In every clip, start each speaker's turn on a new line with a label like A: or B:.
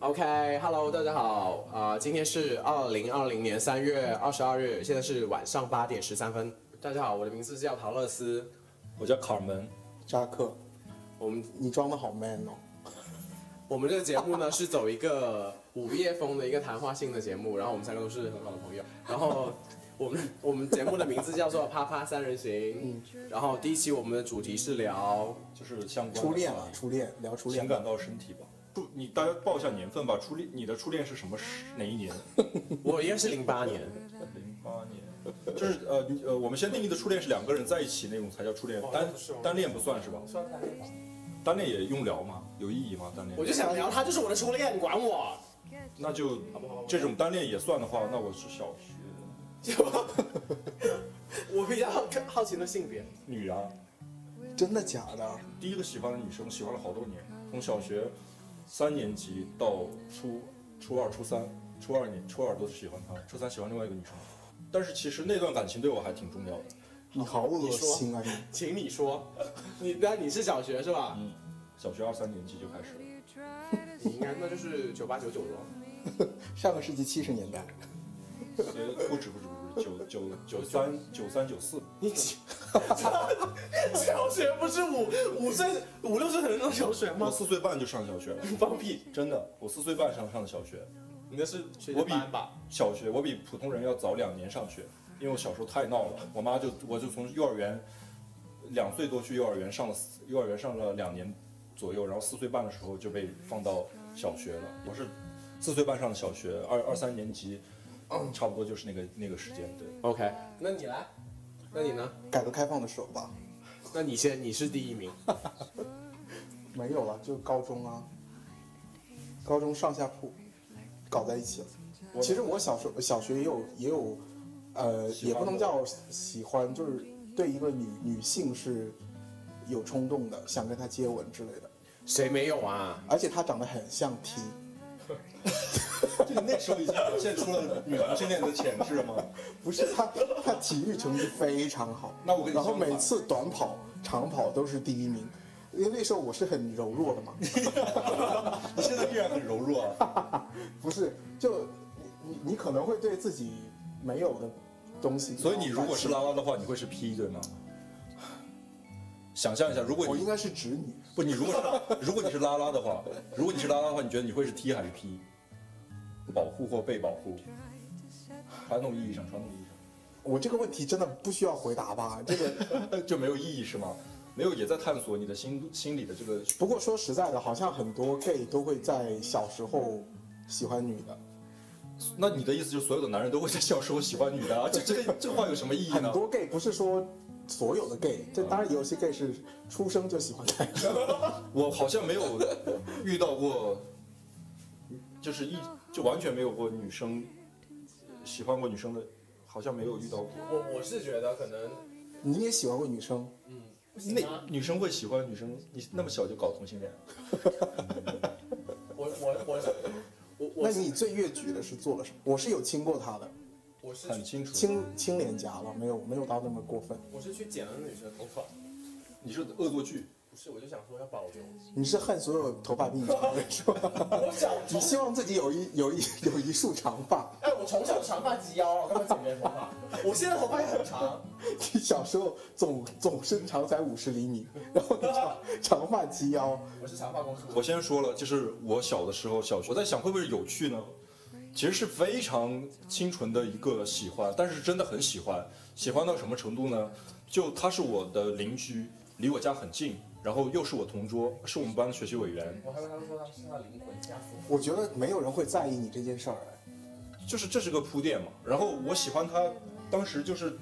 A: OK，Hello，、大家好，啊、今天是二零二零年三月二十二日，现在是晚上八点十三分。大家好，我的名字叫陶乐斯，
B: 我叫卡门，
C: 扎克，
A: 我们
C: 你装的好 man 哦！
A: 我们这个节目呢是走一个午夜风的一个谈话性的节目，然后我们三个都是很好的朋友，然后我们我们节目的名字叫做 啪啪三人行，然后第一期我们的主题是聊
B: 就是相关的啊
C: 初恋了，初恋聊初恋
B: 情，感到身体吧。初你大家报一下年份吧，初恋你的初恋是什么时哪一年？
A: 我应该是零八年，
B: 零八年， 就是呃你呃我们先定义的初恋是两个人在一起那种才叫初恋，单单恋不算是吧？算单恋吧。单恋也用聊吗？有意义吗？单恋？
A: 我就想聊他就是我的初恋，你管我？
B: 那就这种单恋也算的话，那我是小学
A: 我比较好好奇的性别，
B: 女啊，
C: 真的假的？
B: 第一个喜欢的女生喜欢了好多年，从小学三年级到初初二、初三、初二年、初二都是喜欢她，初三喜欢另外一个女生。但是其实那段感情对我还挺重要的，
C: 你好恶心啊！你
A: 请你说，你那你是小学是吧？
B: 嗯，小学二三年级就开始了。
A: 你应该那就是九八九九了。
C: 上个世纪七十年代，
B: 所以不止不止不止，九九九三九三九四，
A: 你几小学不是五五岁五六岁才能上小学
B: 我
A: 吗？
B: 四岁半就上小学了，
A: 放屁！
B: 真的，我四岁半上上的小学，
A: 你那是学
B: 我
A: 习
B: 比
A: 班吧？
B: 小学我比普通人要早两年上学，因为我小时候太闹了，我妈就我就从幼儿园两岁多去幼儿园上了四幼儿园上了两年左右，然后四岁半的时候就被放到小学了。我是四岁半上的小学，二二三年级，差不多就是那个那个时间。对，
A: OK，那你来，那你呢？
C: 改革开放的时候吧，
A: 那你先，你是第一名。
C: 没有了，就高中啊，高中上下铺搞在一起了。其实我小时候小学也有也有，呃，
B: 喜欢的
C: 也不能叫喜欢，就是对一个女女性是有冲动的，想跟她接吻之类的。
A: 谁没有啊？
C: 而且她长得很像 T，
B: 就你那时候已经表现出了女同性恋的潜质吗？
C: 不是她，她体育成绩非常好。
B: 那我跟你
C: 然后
B: 相反
C: 每次短跑、长跑都是第一名，因为那时候我是很柔弱 的嘛。
B: 你现在依然很柔弱啊。
C: 不是，就你你你可能会对自己没有的东西，
B: 所以你如果是拉拉的话，你会是 P 对吗？想象一下，如果
C: 我应
B: 你
C: 该是直女，
B: 不你如果是如果你是拉拉的话，如果你是拉拉的话，你觉得你会是 T 还是 P？保护或被保护？传统意义上，传统意义
C: 我这个问题真的不需要回答吧？ 这个，
B: 上 就没有意义是吗？没有，也在探索你的心心理的这个。
C: 不过说实在的，好像很多 gay 都会在小时候喜欢女的，
B: 那你的意思就是所有的男人都会在小时候喜欢女的、啊？ 这这这话有什么意义
C: 很
B: 呢？
C: 多 gay 不是说所有的 gay，这当然有些 gay 是出生就喜欢男生，
B: 我好像没有遇到过，就是一就完全没有过女生喜欢过女生的，好像没有遇到过。
A: 我我是觉得可能啊
C: 你也喜欢过女生，
B: 那女生会喜欢女生，你那么小就搞同性恋，
A: 我我 我我
C: 那
A: 我
C: 你最越矩的是做了什么？我是有亲过她的，
A: 我是
B: 很清楚。
C: 亲亲脸颊了，没有没有到那么过分。
A: 我是去剪了女生的头发，
B: 你是恶作剧，
A: 不是我就想说要保 留。
C: 你是恨所有头发比你长的人是吧？
A: 我小
C: 你希望自己有一有一有一束长发？
A: 哎，我从小长发及腰，我干嘛剪别人头发？ 我现在头发也很长。
C: 你小时候总总身长才五十厘米，然后你长长发及腰，
A: 我是长发公主。
B: 我先说了，就是我小的时候，小学我在想会不会有趣呢？其实是非常清纯的一个喜欢，但是真的很喜欢，喜欢到什么程度呢？就他是我的邻居，离我家很近，然后又是我同桌，是我们班的学习委员，
A: 我还跟他说他是他的灵魂，吓死
C: 我觉得没有人会在意你这件事儿。
B: 就是这是个铺垫嘛。然后我喜欢他，当时就是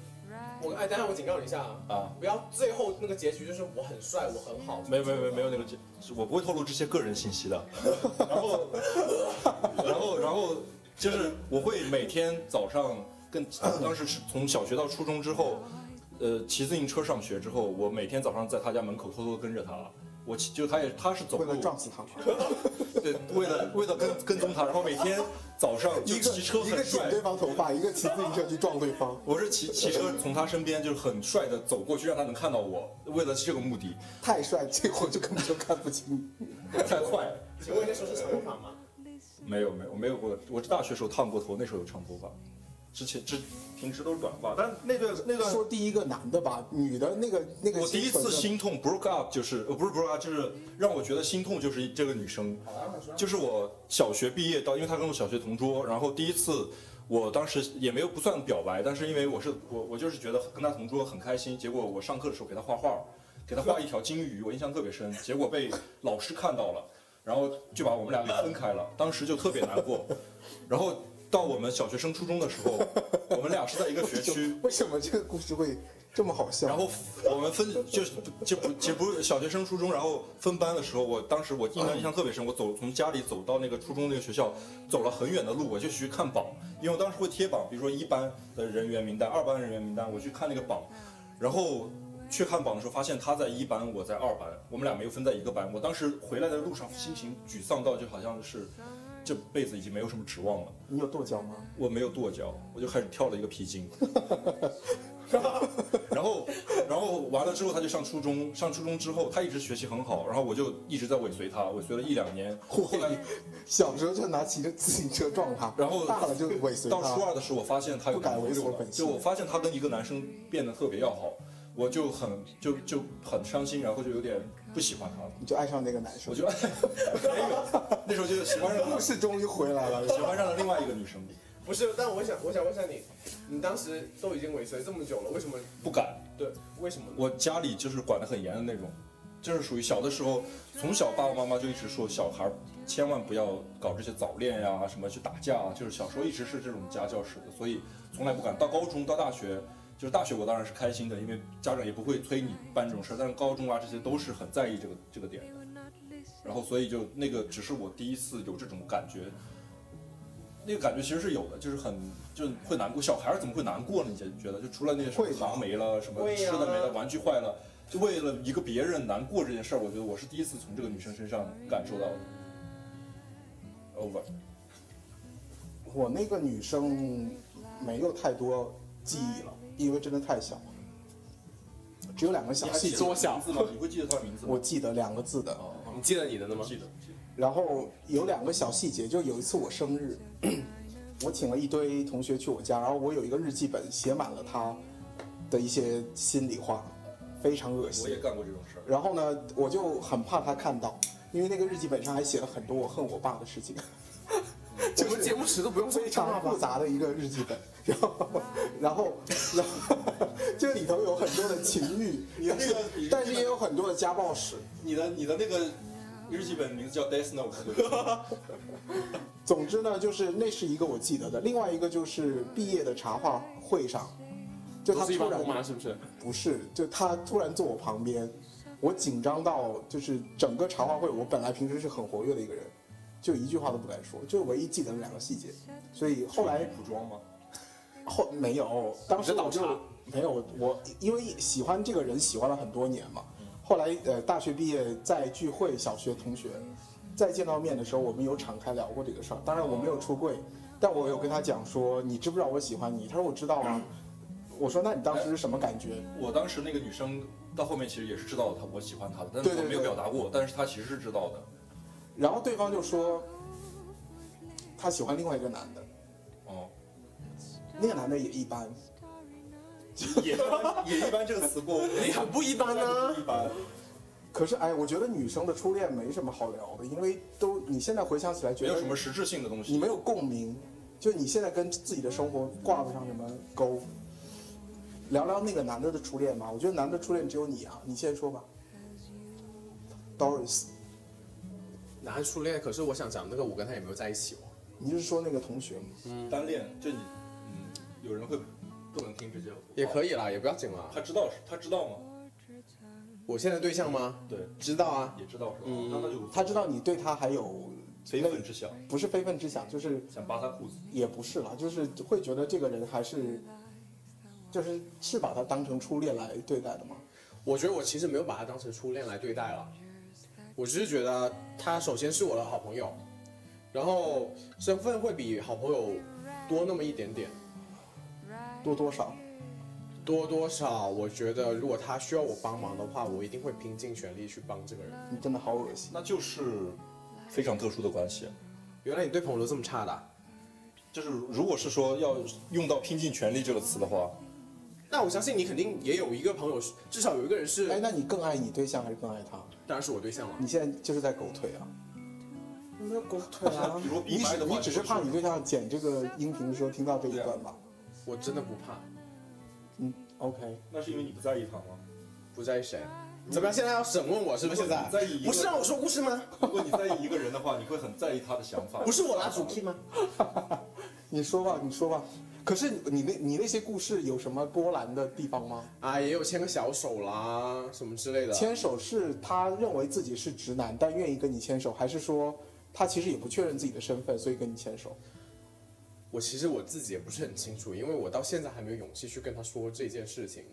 A: 我！我哎，等一下我警告你一下啊，
B: 啊，
A: 不要最后那个结局就是我很帅，我很好。
B: 没有没有没有没有那个，我不会透露这些个人信息 的。然后，然后然后就是我会每天早上跟当时是从小学到初中之后，呃，骑自行车上学之后，我每天早上在他家门口偷偷跟着他。我骑就他也他是走
C: 为了
B: 路，
C: 撞死他吗？
B: 对，为了为了跟跟踪他，然后每天早上就
C: 一个
B: 骑车
C: 一
B: 很
C: 个剪
B: 帅，
C: 对方头发，一个骑自行车去撞对方。
B: 我是骑骑车从他身边就是很帅的走过去，让他能看到我，为了这个目的，
C: 太帅，结果就根本就看不清。
B: 太快。
A: 请问那时候是长头发吗？
B: 没有没有，我没有过，我是大学时候烫过头，那时候有长头发，之前之平时都是短发，但那段那段
C: 说第一个男的吧，女的那个那个
B: 我第一
C: 心
B: 次
C: 存着
B: 心痛 broke up 就是呃不是 broke up 就是让我觉得心痛就是这个女生，就是我小学毕业到，因为她跟我小学同桌，然后第一次我当时也没有不算表白，但是因为我是我我就是觉得跟她同桌很开心，结果我上课的时候给她画画，给她画一条金鱼，我印象特别深，结果被老师看到了，然后就把我们俩给分开了，当时就特别难过，然后到我们小学升初中的时候，我们俩是在一个学区。
C: 为什么这个故事会这么好笑？
B: 然后我们分就是就不就不是小学升初中，然后分班的时候，我当时我印象印象特别深，我走从家里走到那个初中那个学校，走了很远的路，我就去看榜，因为我当时会贴榜，比如说一班的人员名单、二班人员名单，我去看那个榜，然后去看榜的时候发现他在一班，我在二班，我们俩没有分在一个班。我当时回来的路上心情沮丧到就好像是这辈子已经没有什么指望了，
C: 你有跺脚吗？
B: 我没有跺脚，我就开始跳了一个皮 筋。然后，然后完了之后，他就上初中，上初中之后，他一直学习很好，然后我就一直在尾随他，尾随了一两 年。后来
C: 小时候就拿骑着自行车撞他，
B: 然后
C: 大了就尾随
B: 到初
C: 他。
B: 二的时候，我发现他有
C: 不改
B: 男朋
C: 猥
B: 友
C: 琐
B: 了，
C: 本
B: 就
C: 性
B: 我发现他跟一个男生变得特别要好，我就很就就很伤心，然后就有点不喜欢他了。
C: 你就爱上那个男生
B: 我，就 没有，那时候就喜欢上
C: 故事终于回来了。
B: 喜 欢上了另外一个女生，
A: 不是，但我想我想问一下你，你当时都已经尾随这么久了，为什么？
B: 不敢。
A: 对，为什么呢？
B: 我家里就是管得很严的那种，就是属于小的时候，从小爸爸妈妈就一直说小孩儿千万不要搞这些早恋呀、什么去打架啊，就是小时候一直是这种家教式的，所以从来不敢。到高中到大学，就是大学我当然是开心的，因为家长也不会催你办这种事儿，但是高中啊这些都是很在意这个这个点的。然后所以就那个只是我第一次有这种感觉，那个感觉其实是有的，就是很就会难过。小孩儿怎么会难过呢？你觉觉得就除了那些什么
C: 会的
B: 糖没了，什么
A: 会
B: 吃
A: 呀
B: 的没了，玩具坏了，就为了一个别人难过这件事儿，我觉得我是第一次从这个女生身上感受到的。over，呃
C: 我那个女生没有太多记忆了，因为真的太小了，只有两个小
B: 你还
C: 细
B: 记得
C: 节。
A: 缩小
B: 名字吗？你会记得她的名字吗？
C: 我记得两个字的，
B: 哦，
A: 你记得你的呢吗？
B: 记得，记
C: 然后有两个小细节，就有一次我生日，我请了一堆同学去我家，然后我有一个日记本，写满了他的一些心里话，非常恶
B: 得，我也
C: 心。
B: 干过这种事儿。
C: 然后呢，我就很怕他看到，因为那个日记本上还写了很多我恨我爸的事情，
A: 我们节目尺度不用这么
C: 非
A: 大
C: 常复
A: 吧？
C: 杂的一个日记本。然后，然后， 然后这里头有很多的情欲，
B: 你
C: 但
B: 那
C: 是
B: 个你
C: 但是也有很多的家暴史。
B: 你的你的那个日记本名字叫 Death Note，对不对
C: 总之呢，就是那是一个我记得的，另外一个就是毕业的茶话会上，就
A: 都
C: 他
A: 是一
C: 突
A: 帮姑
C: 然
A: 妈是不 是？
C: 不是，就他突然坐我旁边，我紧张到就是整个茶话会，我本来平时是很活跃的一个人，就一句话都不敢说，就唯一记得那两个细节，所以后来
B: 服装吗？
C: 后没有，当时我就
A: 你是倒
C: 没有我，因为喜欢这个人喜欢了很多年嘛。后来呃，大学毕业再聚会，小学同学再见到面的时候，我们有敞开聊过这个事儿。当然我没有出柜，但我有跟他讲说，你知不知道我喜欢你？他说我知道啊。我说那你当时是什么感觉？
B: 我当时那个女生到后面其实也是知道她我喜欢她的，但
C: 对
B: 是
C: 对
B: 我
C: 对
B: 没有表达过，但是她其实是知道的。
C: 然后对方就说他喜欢另外一个男的，
B: 哦，
C: 那个男的也一般。
B: 也也一般这个词过，
C: 哎
A: 你很不一般啊！
B: 一般。
C: 可是哎，我觉得女生的初恋没什么好聊的，因为都你现在回想起来觉
B: 没
C: 得
B: 有什么实质性的东
C: 你
B: 西。
C: 没有共鸣，就你现在跟自己的生活挂不上什么钩。聊聊那个男的的初恋吧，我觉得男的初恋只有你啊，你先说吧。Doris，
A: 男初恋，可是我想讲那个我跟他也没有在一起哦。
C: 你就是说那个同学吗？
B: 单恋，就你，嗯，有人会不能听这些，
A: 也可
B: 以。
A: 以啦，也不要紧啦。
B: 他知道是，他知道吗？
A: 我现在对象吗？
B: 对，
A: 知道啊，
B: 也知道是吧？
A: 嗯
B: 那他就
C: 他知道你对他还有
B: 非分之想，
C: 不是非分之想，就是
B: 想扒他裤子。
C: 也不是啦，就是会觉得这个人还是，就是是把他当成初恋来对待的吗？
A: 我觉得我其实没有把他当成初恋来对待了，我只是觉得他首先是我的好朋友，然后身份会比好朋友多那么一点点，
C: 多多少？
A: 多多少我觉得如果他需要我帮忙的话，我一定会拼尽全力去帮这个人。
C: 你真的好恶心。
B: 那就是非常特殊的关系。啊
A: 原来你对朋友都这么差的啊、
B: 就是如果是说要用到“拼尽全力”这个词的话，
A: 那我相信你肯定也有一个朋友是，至少有一个人是，
C: 哎，那你更爱你对象还是更爱他？
A: 当然是我对象了。
C: 你现在就是在狗腿啊。没有狗腿
B: 啊比如
C: 你
B: 比白
C: 只
B: 的话
C: 你只是怕你对象剪这个音频的时候听到这一
B: 对啊
C: 段吧？
A: 我真的不怕，
C: 嗯，OK，
B: 那是因为你不在意他吗？
A: 不在意谁。怎么样？现在要审问我是不是？现在
B: 如果你在意一个
A: 不是让我说故事吗？
B: 如果你在意一个人的话，你会很在意他的想法。
A: 不是我拉
B: 啊
A: 主 key 吗？
C: 你说吧，你说吧。可是你那你那些故事有什么波澜的地方吗？
A: 啊，也有牵个小手啦，什么之类的。
C: 牵手是他认为自己是直男，但愿意跟你牵手，还是说他其实也不确认自己的身份，所以跟你牵手？
A: 我其实我自己也不是很清楚，因为我到现在还没有勇气去跟他说这件事情。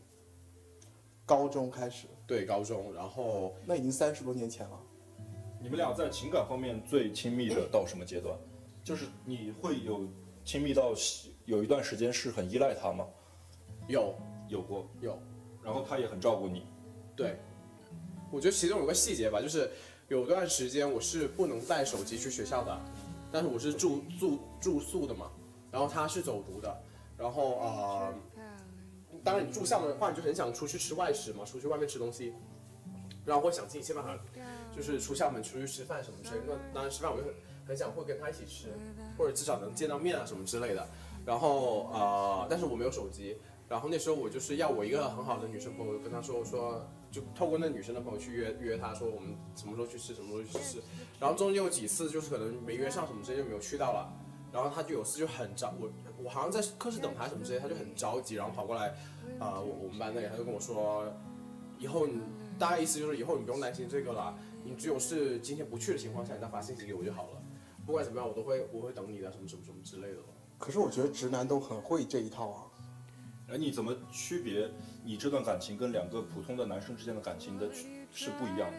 C: 高中开始，
A: 对，高中，然后
C: 那已经三十多年前了。
B: 你们俩在情感方面最亲密的到什么阶段？就是你会有亲密到喜有一段时间是很依赖他吗？
A: 有
B: 有过，
A: 有
B: 然后他也很照顾你。
A: 对，我觉得其中有个细节吧，就是有段时间我是不能带手机去学校的，但是我是住住住宿的嘛，然后他是走读的，然后啊、呃，当然你住校的话，你就很想出去吃外食嘛，出去外面吃东西，然后会想尽一切办法，就是出校门出去吃饭什么之类的。那当然吃饭我就很很想会跟他一起吃，或者至少能见到面啊什么之类的。然后呃，但是我没有手机。然后那时候我就是要我一个很好的女生朋友，跟她说，我说就透过那女生的朋友去约约她，说我们什么时候去吃，什么时候去吃。然后中间有几次就是可能没约上什么之类就没有去到了。然后她就有次就很着我，我好像在课室等她什么之类，她就很着急，然后跑过来，啊、我我们班那里，她就跟我说，以后你大概意思就是以后你不用担心这个了，你只有是今天不去的情况下，你再发信息给我就好了。不管怎么样，我都会我会等你的，什么什么什么之类的。
C: 可是我觉得直男都很会这一套啊。
B: 哎，你怎么区别你这段感情跟两个普通的男生之间的感情的区是不一样的？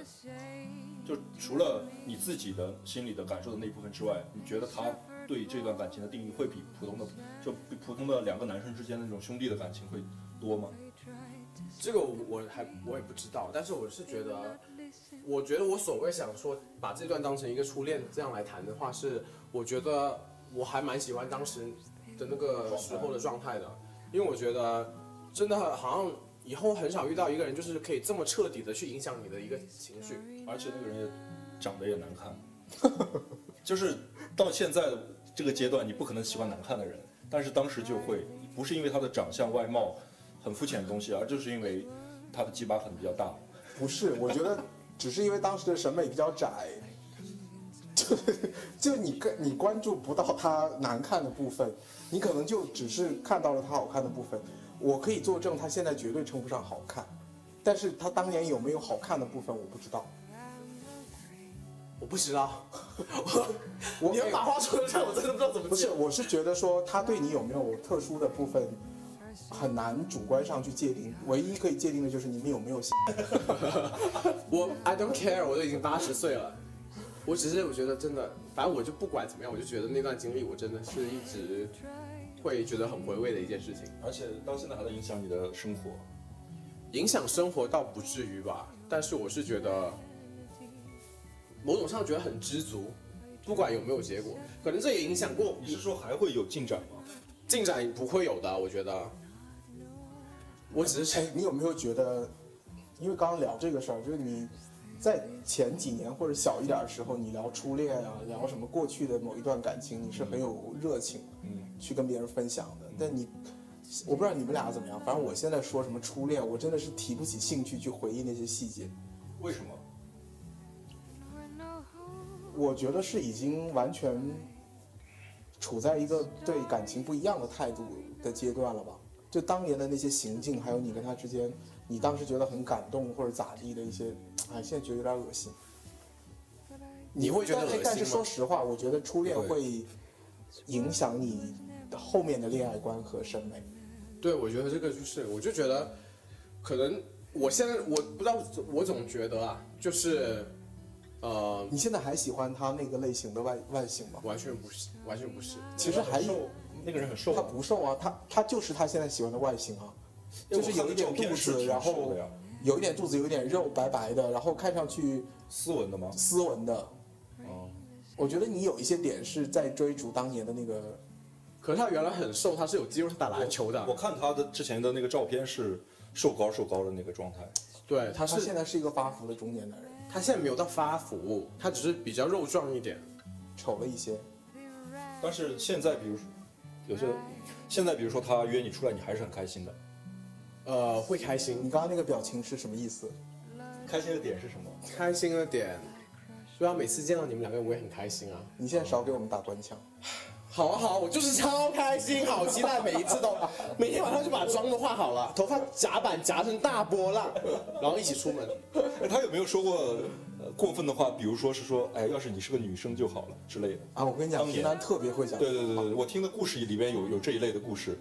B: 就除了你自己的心里的感受的那一部分之外，你觉得他对这段感情的定义会比普通的就比普通的两个男生之间的那种兄弟的感情会多吗？
A: 这个我我还我也不知道，但是我是觉得，我觉得我所谓想说把这段当成一个初恋这样来谈的话是，我觉得我还蛮喜欢当时的那个时候的状态的，因为我觉得真的好像以后很少遇到一个人就是可以这么彻底的去影响你的一个情绪。
B: 而且那个人也长得也难看，就是到现在这个阶段，你不可能喜欢难看的人，但是当时就会，不是因为他的长相外貌很肤浅的东西，而就是因为他的鸡巴可能比较大。
C: 不是，我觉得只是因为当时的审美比较窄， 就就你跟你关注不到他难看的部分，你可能就只是看到了他好看的部分。我可以作证，他现在绝对称不上好看，但是他当年有没有好看的部分我不知道。
A: 我不知道，
C: 我
A: 你们把话说出来，我真的不知道怎么
C: 不
A: 接
C: 是，。我是觉得说他对你有没有特殊的部分，很难主观上去界定。唯一可以界定的就是你们有没有性。
A: 我 I don't care，我都已经八十岁了，我只是我觉得真的，反正我就不管怎么样，我就觉得那段经历我真的是一直会觉得很回味的一件事情。
B: 而且到现在还在影响你的生活。
A: 影响生活倒不至于吧，但是我是觉得某种上觉得很知足，不管有没有结果，可能这也影响过
B: 你是说还会有进展吗？
A: 进展，不会有的，我觉得。我只是
C: 哎，你有没有觉得，因为刚刚聊这个事儿，就是你在前几年或者小一点的时候，你聊初恋啊，聊什么过去的某一段感情，你是很有热情
B: 嗯，
C: 去跟别人分享的。但你，我不知道你们俩怎么样，反正我现在说什么初恋，我真的是提不起兴趣去回忆那些细节。
B: 为什么？
C: 我觉得是已经完全处在一个对感情不一样的态度的阶段了吧？就当年的那些行径，还有你跟他之间，你当时觉得很感动或者咋地的一些，哎，现在觉得有点恶心。
A: 你会觉得
C: 但
A: 恶心吗
C: 但是说实话，我觉得初恋
B: 不会
C: 会影响你后面的恋爱观和审美。
A: 对，我觉得这个就是，我就觉得，可能我现在我不知道，我总觉得啊，就是，呃，
C: 你现在还喜欢他那个类型的外外形吗？
A: 完全不是，完全不是。
C: 其实还有，
B: 那个人很瘦
C: 他不瘦啊，他他就是他现在喜欢的外形啊。就是有一点肚子，然后有一点肚子，有一点肉，白白的，然后看上去
B: 斯文的吗？
C: 斯文的。
B: 哦，
C: 我觉得你有一些点是在追逐当年的那个，
A: 可是他原来很瘦，他是有肌肉，他打篮球
B: 我
A: 的。
B: 看他的之前的那个照片是瘦高瘦高的那个状态，
A: 对，他
C: 他
A: 是
C: 现在是一个发福的中年男人，
A: 他现在没有到发福，他只是比较肉壮一点。
C: 丑了一些。
B: 但是现在比如说有些现在比如说他约你出来，你还是很开心的。
A: 呃，会开
C: 你
A: 心，
C: 刚刚那个表情是什么意思？
B: 开心的点是什么？
A: 开心了点。对啊，每次见到你们两个，我也很开心啊。
C: 你现在少给我们打官腔。
A: 好啊好啊，我就是超开心，好期待每一次都，每天晚上就把妆都化好了，头发夹板夹成大波浪，然后一起出门。
B: 哎，他有没有说过、呃过分的话？比如说是说，哎，要是你是个女生就好了之类的。
C: 啊，我跟你讲，
B: 当年
C: 直男特别会讲。
B: 对对对对对，我听的故事里边有有这一类的故事，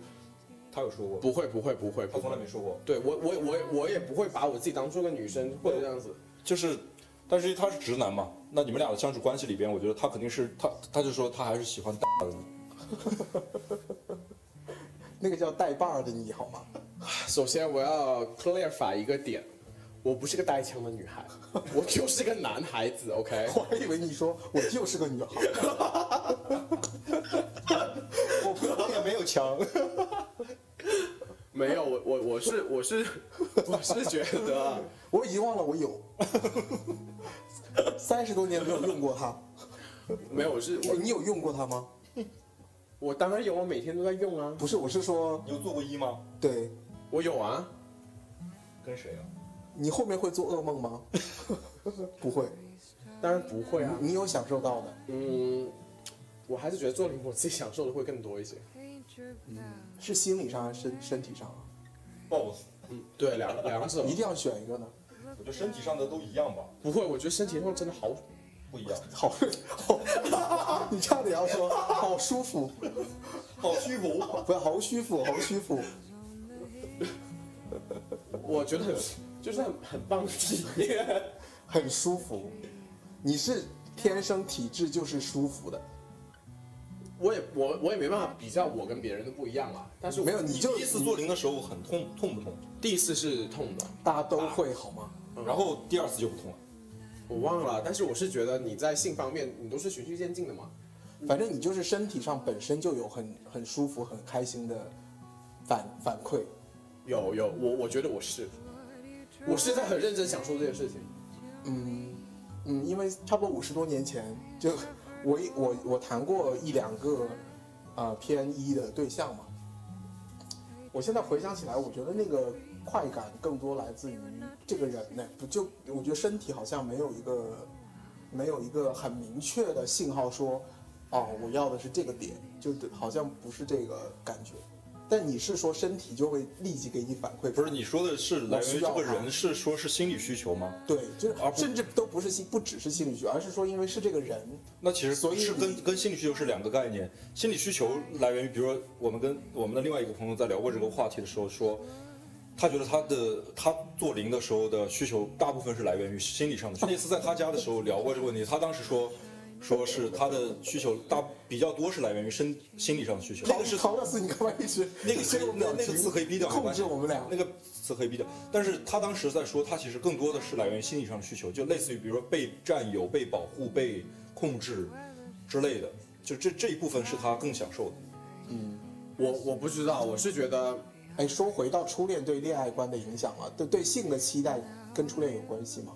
B: 他有说过，
A: 不会不会不会，
B: 他
A: 不
B: 从
A: 会
B: 来没说过。
A: 对我我我我也不会把我自己当做个女生或者这样子。
B: 就是，但是他是直男嘛，那你们俩的相处关系里边，我觉得他肯定是他，他就说他还是喜欢大的你。
C: 那个叫带把儿的你好吗？
A: 首先我要 clarify 一个点，我不是个带枪的女孩，我就是个男孩子，OK？
C: 我还以为你说我就是个女孩，
B: 我朋友也没有强，
A: 没有，我我我是我是我是觉得，
C: 我已经忘了我有，三十多年没有用过它。
A: 没有，我是
C: 哎
A: 我
C: 你有用过它吗？
A: 我当然有，我每天都在用啊，
C: 不是，我是说，
B: 你有做过一吗？
C: 对
A: 我有啊，
B: 跟谁啊？
C: 你后面会做噩梦吗？ 不会，
A: 当然不会啊，
C: 你有享受到的，
A: 嗯，我还是觉得做零我自己享受的会更多一些。
C: 是心理上还是身身体上啊？
B: boss，
A: 嗯，对，两两者
C: 一定要选一个呢？
B: 我觉得身体上的都一样吧，
A: 不会，我觉得身体上真的好，
B: 不一样，
C: 好，好，你差点要说好舒服，
B: 好虚无。
C: 不要好虚服，好虚服。
A: 我觉得很就是很很棒的体验。
C: 很舒服。你是天生体质就是舒服的，
A: 我也我我也没办法比较我跟别人的不一样啊，但是我
C: 没有你
B: 你
C: 就嗯
B: 第一次做零的时候很痛，痛不痛？
A: 第一次是痛的，
C: 大家都会好吗？
B: 然后第二次就不痛了。
A: 我忘了，但是我是觉得你在性方面你都是循序渐进的嘛。
C: 反正你就是身体上本身就有很很舒服、很开心的反反馈。
A: 有有，我我觉得我是，我是在很认真享受这件事情。
C: 嗯嗯，因为差不多五十多年前，就我一我我谈过一两个呃偏一的对象嘛。我现在回想起来，我觉得那个快感更多来自于这个人呢，不就我觉得身体好像没有一个没有一个很明确的信号说，哦，我要的是这个点，就好像不是这个感觉。但你是说身体就会立即给你反馈，
B: 不是你说的是来源于这个
C: 我需要它
B: 人是说是心理需求吗？
C: 对，就是
B: 而不
C: 甚至都不是心，不只是心理学，而是说因为是这个人，
B: 那其实
C: 所以
B: 是
C: 你
B: 跟跟心理需求是两个概念。心理需求来源于，比如说我们跟我们的另外一个朋友在聊过这个话题的时候说，他觉得他的他做零的时候的需求大部分是来源于心理上的需求。那次在他家的时候聊过这个问题，他当时说。说是他的需求大比较多是来源于身心理上的需求，这个是
C: 陶乐斯，你干嘛一直
B: 那个可
C: 这
B: 以
C: 个
B: 那
C: 表
B: 那个
C: 情
B: 词可以逼掉，
C: 控制我们俩？
B: 那个词可以逼掉。但是他当时在说，他其实更多的是来源于心理上的需求，就类似于比如说被占有、被保护、被控制之类的，就这这一部分是他更享受的。
A: 我我不知道，我是觉得
C: 哎，说回到初恋对恋爱观的影响啊，对对性的期待跟初恋有关系吗？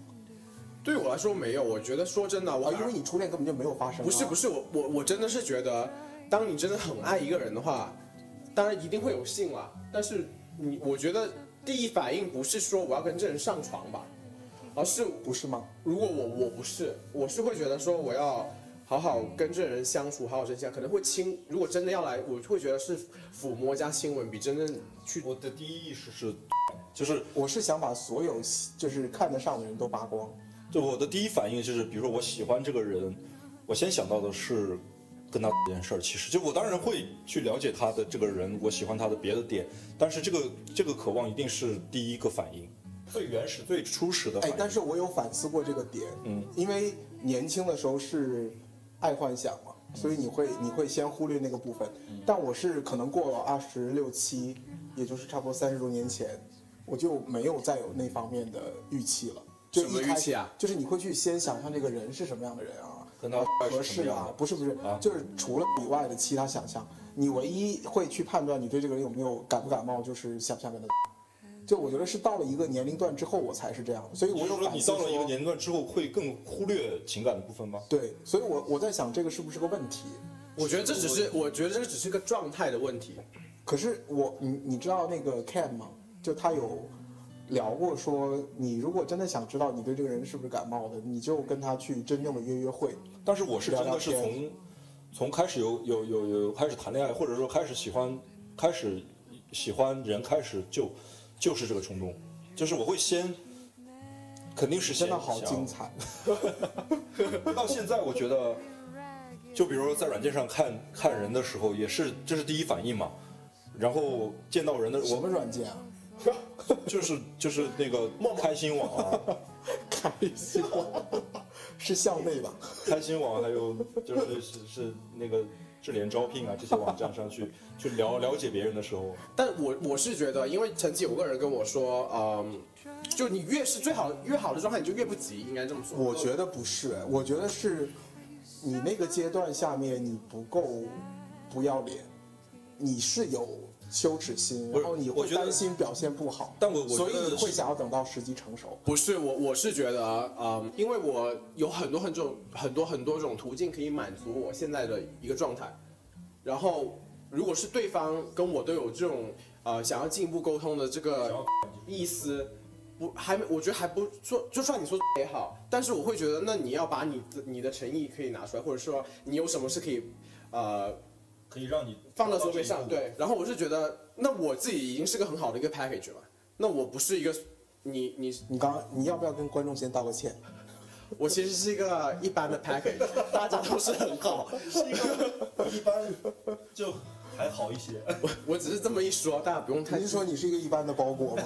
A: 对我来说没有，我觉得说真的，我
C: 啊，
A: 反而
C: 因为你初恋根本就没有发生、啊。
A: 不是不
C: 是，
A: 是，我我我真的是觉得，当你真的很爱一个人的话，当然一定会有性啦。但是你，我觉得第一反应不是说我要跟这人上床吧，而是
C: 不是吗？
A: 如果我我不是，我是会觉得说我要好好跟这人相处，好好珍惜他，可能会亲。如果真的要来，我会觉得是抚摸加亲吻比真正去
B: 我的第一意识是，就是
C: 我是想把所有就是看得上的人都扒光。
B: 就我的第一反应就是，比如说我喜欢这个人，我先想到的是跟他这件事儿。其实就我当然会去了解他的这个人，我喜欢他的别的点，但是这个这个渴望一定是第一个反应，最原始、最初始的反
C: 哎
B: 应。，
C: 但是我有反思过这个点，
B: 嗯，
C: 因为年轻的时候是爱幻想嘛，
B: 嗯
C: 所以你会你会先忽略那个部分。但我是可能过了二十六七，也就是差不多三十多年前，我就没有再有那方面的预期了。就
A: 什么
C: 一开
A: 预期啊
C: 就是你会去先想象这个人是什么样的人啊，
B: 跟他是什
C: 合适
B: 么样
C: 啊
B: 的？？
C: 不是不是，
B: 啊
C: 就是除了以外的其他想象，你唯一会去判断你对这个人有没有感不感冒，就是想不想跟他。就我觉得是到了一个年龄段之后，我才是这样的，所以
B: 你
C: 我
B: 是
C: 有
B: 说
C: 反
B: 你
C: 思
B: 到了一个
C: 说，
B: 年龄段之后会更忽略情感的部分吗？
C: 对，所以我我在想这个是不是个问题？
A: 我觉得这只是，我觉得这只是个状态的问题。
C: 可是我你你知道那个 Ken 吗？就他有聊过说，你如果真的想知道你对这个人是不是感冒的，你就跟他去真正的约约会。
B: 但是我是真的是
C: 聊聊
B: 从从开始有有有有开始谈恋爱，或者说开始喜欢开始喜欢人，开始就就是这个冲动，就是我会先肯定是先
C: 真的好
B: 想
C: 精彩，
B: 到现在我觉得，就比如说在软件上看看人的时候，也是这是第一反应嘛。然后见到人的
C: 什
B: 我
C: 么软件啊？
B: 就是就是那个开心网 啊，
C: 开心网 是校内吧？
B: 开心网还有就是是是那个智联招聘啊这些网站上去去了了解别人的时候，
A: 但我我是觉得，因为曾经有个人跟我说，嗯，就你越是最好越好的状态，你就越不急，应该这么说。
C: 我觉得不是，哎我觉得是你那个阶段下面你不够不要脸，你是有羞耻心，
B: 不是
C: 然后你
B: 我
C: 会
B: 觉得
C: 担心表现不好，
B: 但我我
C: 所以
B: 觉得
C: 你会
B: 是
C: 想要等到时机成熟。
A: 不是我，我是觉得，嗯，因为我有很多很种很多很多种途径可以满足我现在的一个状态，然后如果是对方跟我都有这种呃想要进一步沟通的这个意思，不还没，我觉得还不说，就算你说也好，但是我会觉得，那你要把你的你的诚意可以拿出来，或者说你有什么是可以，呃，
B: 可以让你
A: 放到桌面上，，对。然后我是觉得，那我自己已经是个很好的一个 package 了，那我不是一个。你你
C: 你刚你要不要跟观众先道个歉？
A: 我其实是一个一般的 package，大家都是很好。
B: 一般就还好一些。
A: 我我只是这么一说，大家不用太
C: 你是。说你是一个一般的包裹吗？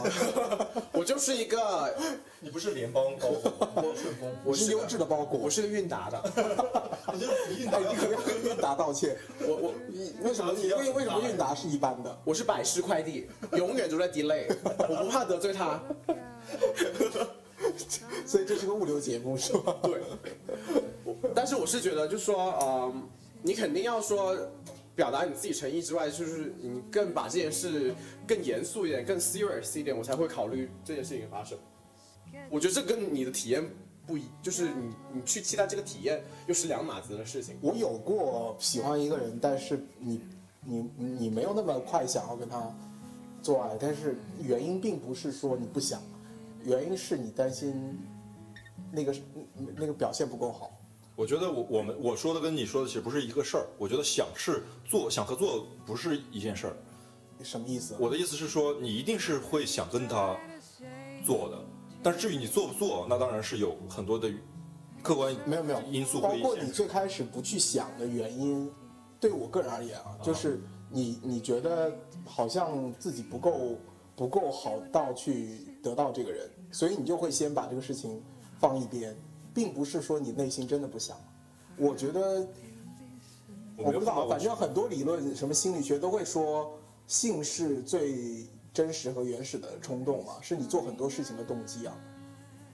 A: 我就是一个，
B: 你不是联邦高 我顺丰，
A: 我
C: 你是
A: 是
C: 优质的包
A: 我
C: 裹。
A: 是个韵达的。
B: 我觉得你
C: 哎，你可不要跟韵达道歉。
A: 我我
C: 你为什么你为为什么韵达是一般的？
A: 我是百事快递，永远都在 delay，我不怕得罪他。
C: 所以这是个物流节目是吧？
A: 对，我但是我是觉得，就说，嗯，你肯定要说表达你自己诚意之外，就是你更把这件事更严肃一点，更 serious 一点，我才会考虑这件事情的发生。我觉得这跟你的体验不一，就是你你去期待这个体验，又是两码子的事情。
C: 我有过喜欢一个人，但是你你你没有那么快想要跟他做爱，但是原因并不是说你不想，原因是你担心那个那个表现不够好。
B: 我觉得我我们我说的跟你说的其实不是一个事儿。我觉得想是做想和做不是一件事儿。
C: 什么意思？
B: 我的意思是说，你一定是会想跟他做的，但至于你做不做，那当然是有很多的客观
C: 没有没有
B: 因素
C: 包
B: 会
C: 括
B: 显
C: 你
B: 示
C: 最开始不去想的原因，对我个人而言啊，就是你你觉得好像自己不够不够好到去得到这个人，所以你就会先把这个事情放一边，并不是说你内心真的不想。我觉得
B: 没
C: 我不
B: 有
C: 知
B: 碰到
C: 道，
B: 过
C: 反正很多理论，什么心理学都会说，性是最真实和原始的冲动嘛，是你做很多事情的动机啊。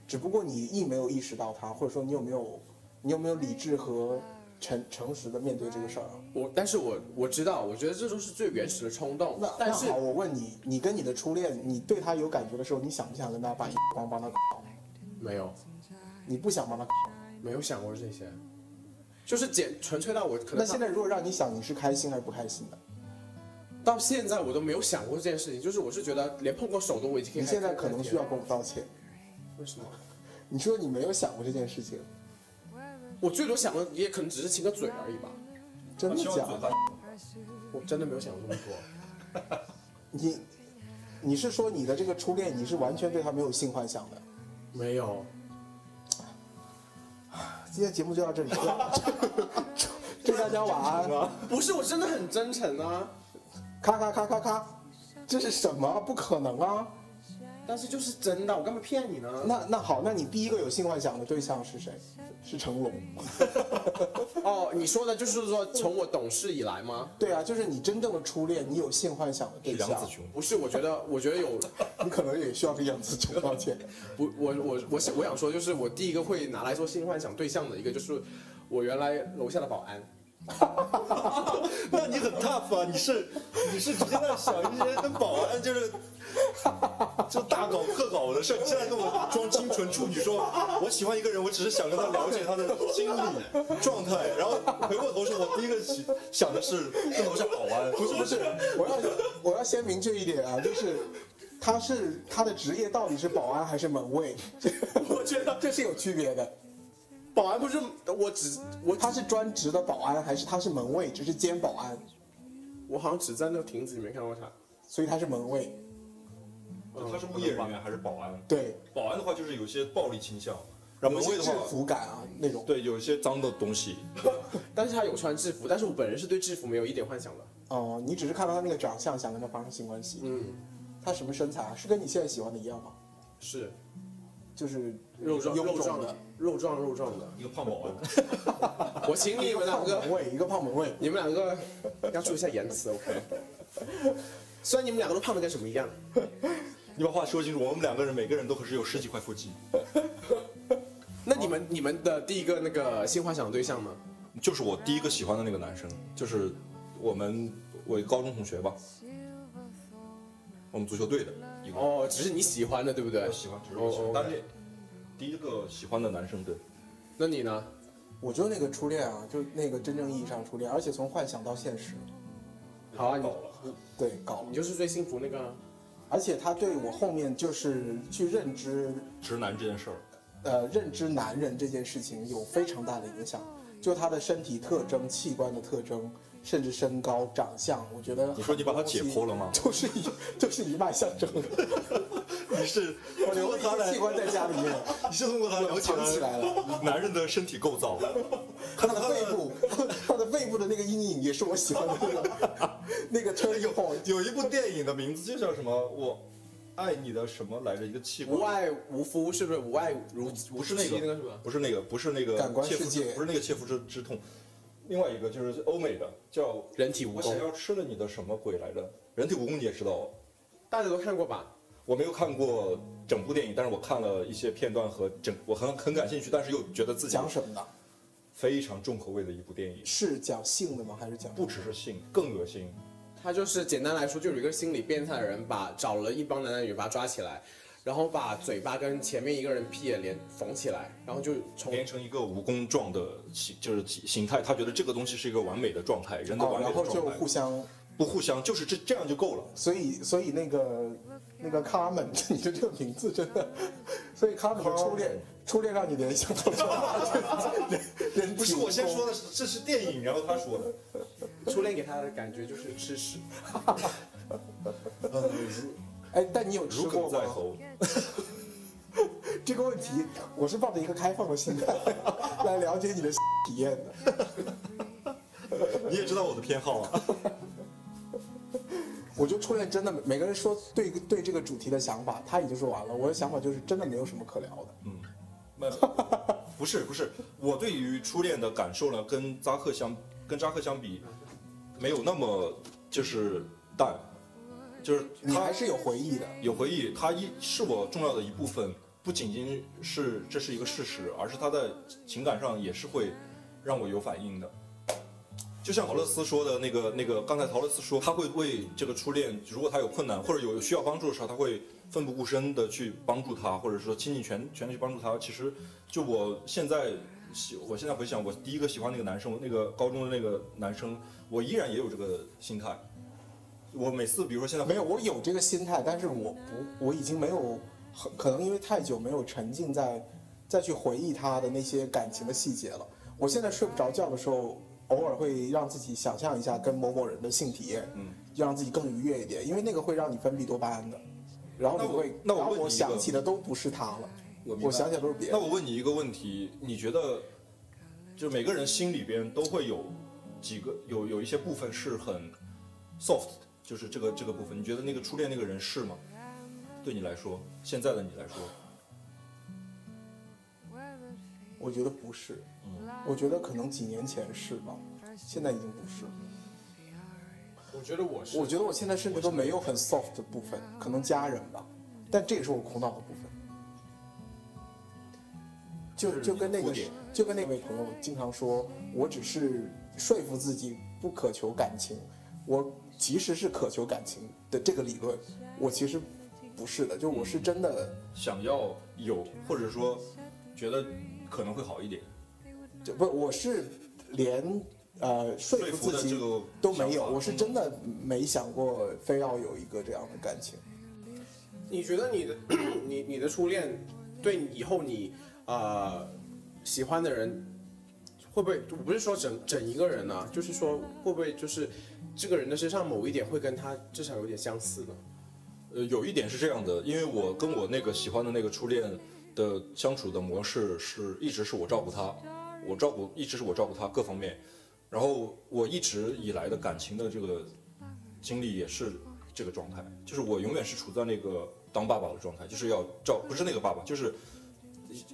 C: 只不过你意没有意识到它，或者说你有没有，你有没有理智和诚诚实的面对这个事儿啊？
A: 我，但是我我知道，我觉得这就是最原始的冲动
C: 那。
A: 但是
C: 那好，我问你，你跟你的初恋，你对他有感觉的时候，你想不想跟他把一光帮他搞？
A: 没有
C: 你不想帮他搞。
A: 没有想过这些，就是简纯粹到我可能
C: 那现在如果让你想，你是开心还是不开心的？
A: 到现在我都没有想过这件事情，就是我是觉得连碰过手都我已经可以
C: 你
A: 开始
C: 现
A: 看了。
C: 在可能需要跟我道歉。
A: 为什么？
C: 你说你没有想过这件事情，
A: 我最多想的也可能只是亲个嘴而已吧，
C: 真的
B: 啊希望
C: 假
B: 嘴
C: 的
B: 巴？
A: 我真的没有想过这么多。
C: 你，你是说你的这个初恋，你是完全对他没有性幻想的？
A: 没有，
C: 今天节目就到这里， 祝大家晚安。
A: 不是，我真的很真诚啊，
C: 咔咔咔咔咔，这是什么？不可能啊！
A: 但是就是真的，我干嘛骗你呢？
C: 那那好，那你第一个有性幻想的对象是谁？是成龙。
A: 哦，你说的就是说从我懂事以来吗？
C: 对啊，就是你真正的初恋，你有性幻想的
B: 是
C: 对象。
B: 杨紫琼，
A: 不是，我觉得，我觉得有
C: 你可能也需要跟杨紫琼道歉。
A: 不，我我我想我想说，就是我第一个会拿来做性幻想对象的一个，就是我原来楼下的保安，
D: 那你很 tough 啊！你是你是直接在小一人跟保安就是就大搞特搞的事儿，你现在跟我装清纯处女说我喜欢一个人，我只是想跟他了解他的心理状态，然后回过头说，我第一个想的是那楼下保安，不是不是，
C: 我要我要先明确一点啊，就是他是他的职业到底是保安还是门卫，
A: 我觉得
C: 这是有区别的。
A: 保安不是我只我
C: 他是专职的保安还是他是门卫，只是兼保安，
A: 我好像只在那个亭子里面看过他。
C: 所以他是门卫。
B: 他是物业人员还是保安？
C: 对，
B: 保安的话就是有些暴力倾向，然后
C: 有
B: 门卫
C: 些
B: 的
C: 制
B: 话，
C: 服感啊那种。
B: 对，有一些脏的东西。
A: 但是他有穿制服，但是我本人是对制服没有一点幻想的。
C: 哦，你只是看到他那个长相，想跟他发生性关系。
A: 嗯，
C: 他什么身材啊？是跟你现在喜欢的一样吗？
A: 是
C: 就是
A: 肉壮
C: 臃
A: 肉
C: 肿
A: 壮
C: 的
A: 的，肉壮肉壮的。
B: 一个胖保安，
A: 我请你们两
C: 胖
A: 个
C: 门卫，一个胖门卫。
A: 你们两个要注意一下言辞，OK？虽然你们两个都胖的跟什么一样，
D: 你把话说清楚，我们两个人每个人都可是有十几块腹肌，
A: 那你们、你们的第一个那个性幻想对象呢？
B: 就是我第一个喜欢的那个男生，就是我们我一个高中同学吧，我们足球队的一个，
A: 哦，只是你喜欢的，对不对
B: 我？喜欢，只是我喜
A: 哦
B: 欢
A: 哦
B: 单恋，第一个喜欢的男生对，
A: 那你呢？
C: 我就那个初恋啊，就那个真正意义上初恋，而且从幻想到现实，
A: 好啊，
B: 搞
A: 你
B: 了，
C: 对，搞了
A: 你。就是最幸福那个啊。
C: 而且他对我后面就是去认知，
B: 直男这件 事儿，
C: 呃，认知男人这件事情有非常大的影响，就他的身体特征、器官的特征，甚至身高、长相，我觉得
B: 你说你把他解剖了吗？
C: 就是一就是一脉相承的，
D: 你是
C: 我
D: 通
C: 留
D: 过
C: 了一
D: 他
C: 个
D: 来
C: 器，官在家里面，
D: 你是通过他了解
C: 藏起来了。
D: 男人的身体构造，
C: 他的肺部， 他的肺部的那个阴影也是我喜欢的那个 那个 turning point。
D: 有一部电影的名
B: 名字就叫什么？我爱你的什么来着？一个器
A: 无
B: 官。
A: 爱无夫是不是？无爱如
B: 不是那
A: 无妻那
B: 个
A: 个是吧？
B: 不是那个，不是那个
C: 感官
B: 切肤
C: 世
B: 之
C: 界
B: 不是那个切肤之之痛，另外一个就是欧美的叫
A: 人体蜈
B: 我想
A: 蚣，
B: 要吃了你的什么鬼来着？人体蜈蚣你也知道，
A: 大家都看过吧？
B: 我没有看过整部电影，但是我看了一些片段和整，我很很感兴趣，但是又觉得自己
C: 讲什么的？
B: 非常重口味的一部电影，
C: 是讲性的吗？还是讲
B: 不只是性，更恶心。
A: 他就是简单来说，就有一个心理变态的人把找了一帮男男女女把他抓起来，然后把嘴巴跟前面一个人屁眼连缝起来，然后就从
B: 连成一个蜈蚣状的形，就是形态。他觉得这个东西是一个完美的状态，人的
C: 哦，
B: 完美
C: 然
B: 的
C: 后就
B: 状态，
C: 互相，
B: 不互相，就是这这样就够了。
C: 所以所以那个那个 Carmen，你 的这个名字真的， 所以 Carmen 的初恋，初恋让你联想到什么？人人
D: 不是我先说的，是这是电影，然后他说的。
A: 初恋给他的感觉就是吃屎。
C: 哎，但你有吃
B: 如鲠
C: 过
B: 在
C: 吗？
B: 喉，
C: 这个问题我是抱着一个开放的心态 来了解你的 体验的。
D: 你也知道我的偏好啊，
C: 我觉得初恋真的每个人说对对这个主题的想法，他已经说完了。我的想法就是真的没有什么可聊的。
B: 那嗯不是不是，我对于初恋的感受呢，跟扎克相跟扎克相比，没有那么就是淡，就是
C: 你
B: 他
C: 还是有回忆的，
B: 有回忆，它一是我重要的一部分，不仅仅是这是一个事实，而是它在情感上也是会让我有反应的。就像陶乐斯说的那个那个，刚才陶乐斯说他会为这个初恋，如果他有困难或者有需要帮助的时候，他会奋不顾身的去帮助他，或者说倾尽全全力去帮助他。其实就我现在喜，我现在回想，我第一个喜欢那个男生，那个高中的那个男生，我依然也有这个心态。我每次比如说现在回
C: 没有，我有这个心态，但是我不，我已经没有，很可能因为太久没有沉浸在再去回忆他的那些感情的细节了。我现在睡不着觉的时候，偶尔会让自己想象一下跟某某人的性体验，
B: 嗯，
C: 就让自己更愉悦一点，因为那个会让你分泌多巴胺的。然后
B: 那
C: 你
B: 我
C: 会，
B: 那我
C: 然后
B: 问你
C: 我
B: 一个
C: 想起的都不是他了，
B: 我明白
C: 我想起的都是别
B: 那
C: 人。
B: 我问你一个问题，你觉得，就每个人心里边都会有几个有有一些部分是很 soft，的就是这个这个部分，你觉得那个初恋那个人是吗？对你来说，现在的你来说，
C: 我觉得不是，
B: 嗯
C: 我觉得可能几年前是吧，现在已经不是。
A: 我觉得我是
C: 我觉得我现在甚至都没有很 soft 的部分，可能家人吧，但这也是我苦恼的部分。就就跟那
A: 固
C: 个
A: 定
C: 就跟那位朋友经常说，我只是说服自己不渴求感情，我其实是渴求感情的这个理论，我其实不是的，就我是真的，
B: 想要有，
D: 或者说觉得可能会好一点，
C: 就不我是连呃说
D: 说
C: 服
D: 服的这
C: 自己
D: 个
C: 都没
D: 想
C: 有，
D: 法
C: 我是真的没想过非要有一个这样的感情。
A: 你觉得你的 你你的初恋对你以后你呃喜欢的人会不会？我不是说整整一个人啊，就是说会不会就是这个人的身上某一点会跟他至少有点相似呢？
B: 呃，有一点是这样的，因为我跟我那个喜欢的那个初恋的相处的模式是一直是我照顾他，我照顾一直是我照顾他各方面，然后我一直以来的感情的这个经历也是这个状态，就是我永远是处在那个当爸爸的状态，就是要照不是那个爸爸，就是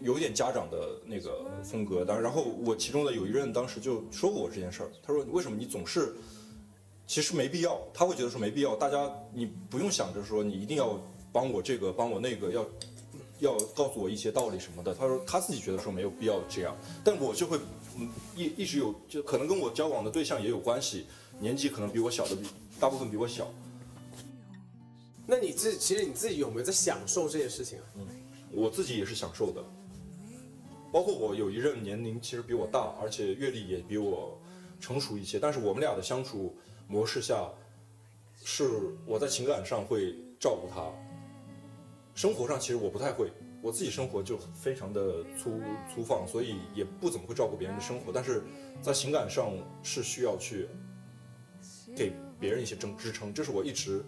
B: 有点家长的那个风格。当然，然后我其中的有一任当时就说过我这件事儿，他说为什么你总是其实没必要，他会觉得说没必要，大家你不用想着说你一定要帮我这个帮我那个，要要告诉我一些道理什么的。他说他自己觉得说没有必要这样，但我就会嗯一一直有，就可能跟我交往的对象也有关系，年纪可能比我小的比大部分比我小，
A: 那你自其实你自己有没有在享受这件事情啊？
B: 我自己也是享受的。包括我有一任年龄其实比我大，而且阅历也比我成熟一些，但是我们俩的相处模式下，是我在情感上会照顾他，生活上其实我不太会，我自己生活就非常的粗粗放，所以也不怎么会照顾别人的生活，但是在情感上是需要去给别人一些支支撑，这是我一直，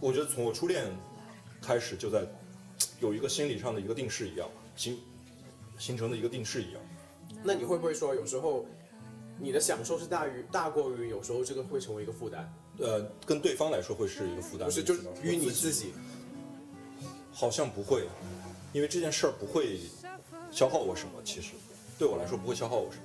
B: 我觉得从我初恋开始就在有一个心理上的一个定势一样，形形成的一个定势一样。
A: 那你会不会说有时候你的享受是大于大过于有时候这个会成为一个负担？
B: 呃，跟对方来说会是一个负担，
A: 不是，就
B: 吧
A: 于你
B: 我
A: 自己。
B: 好像不会，因为这件事儿不会消耗我什么，其实对我来说不会消耗我什么。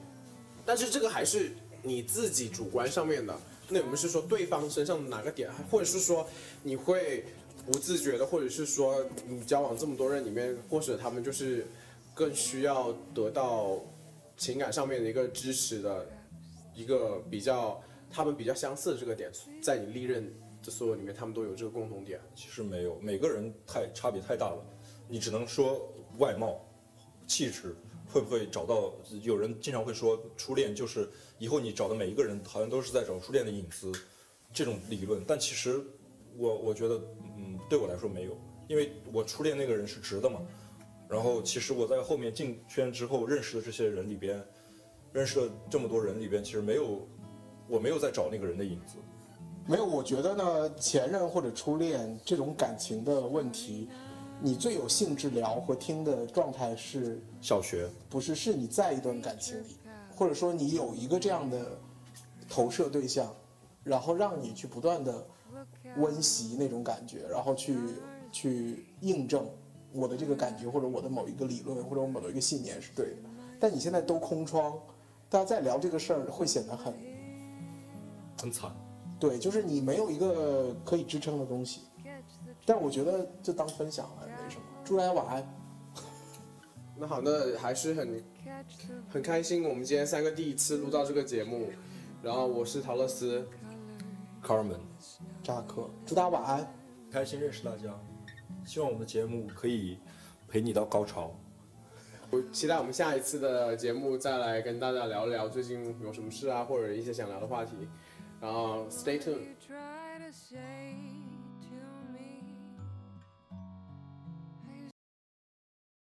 A: 但是这个还是你自己主观上面的。那我们是说对方身上的哪个点，或者是说你会不自觉的，或者是说你交往这么多人里面，或者他们就是更需要得到情感上面的一个支持的一个比较，他们比较相似的这个点，在你历任的所有里面，他们都有这个共同点。
B: 其实没有，每个人太差别太大了，你只能说外貌、气质会不会找到？有人经常会说初恋就是以后你找的每一个人好像都是在找初恋的影子，这种理论。但其实我我觉得，嗯，对我来说没有，因为我初恋那个人是直的嘛。然后其实我在后面进圈之后认识的这些人里边，认识了这么多人里边，其实没有，我没有在找那个人的影子。
C: 没有，我觉得呢，前任或者初恋这种感情的问题，你最有兴致聊和听的状态是
B: 小学，
C: 不是是你在一段感情里，或者说你有一个这样的投射对象，然后让你去不断的温习那种感觉，然后去去印证我的这个感觉或者我的某一个理论或者我某一个信念是对的。但你现在都空窗，大家在聊这个事儿会显得很
B: 很惨。
C: 对，就是你没有一个可以支撑的东西。但我觉得就当分享了，没什么。祝大家晚安。
A: 那好，那还是很很开心，我们今天三个第一次录到这个节目，然后我是陶乐斯，
B: Carmen。
C: 扎克，祝大家晚安。
B: 开心认识大家，希望我们的节目可以陪你到高潮。
A: 我期待我们下一次的节目再来跟大家聊聊最近有什么事啊，或者一些想聊的话题。然后 stay tuned。
E: try to say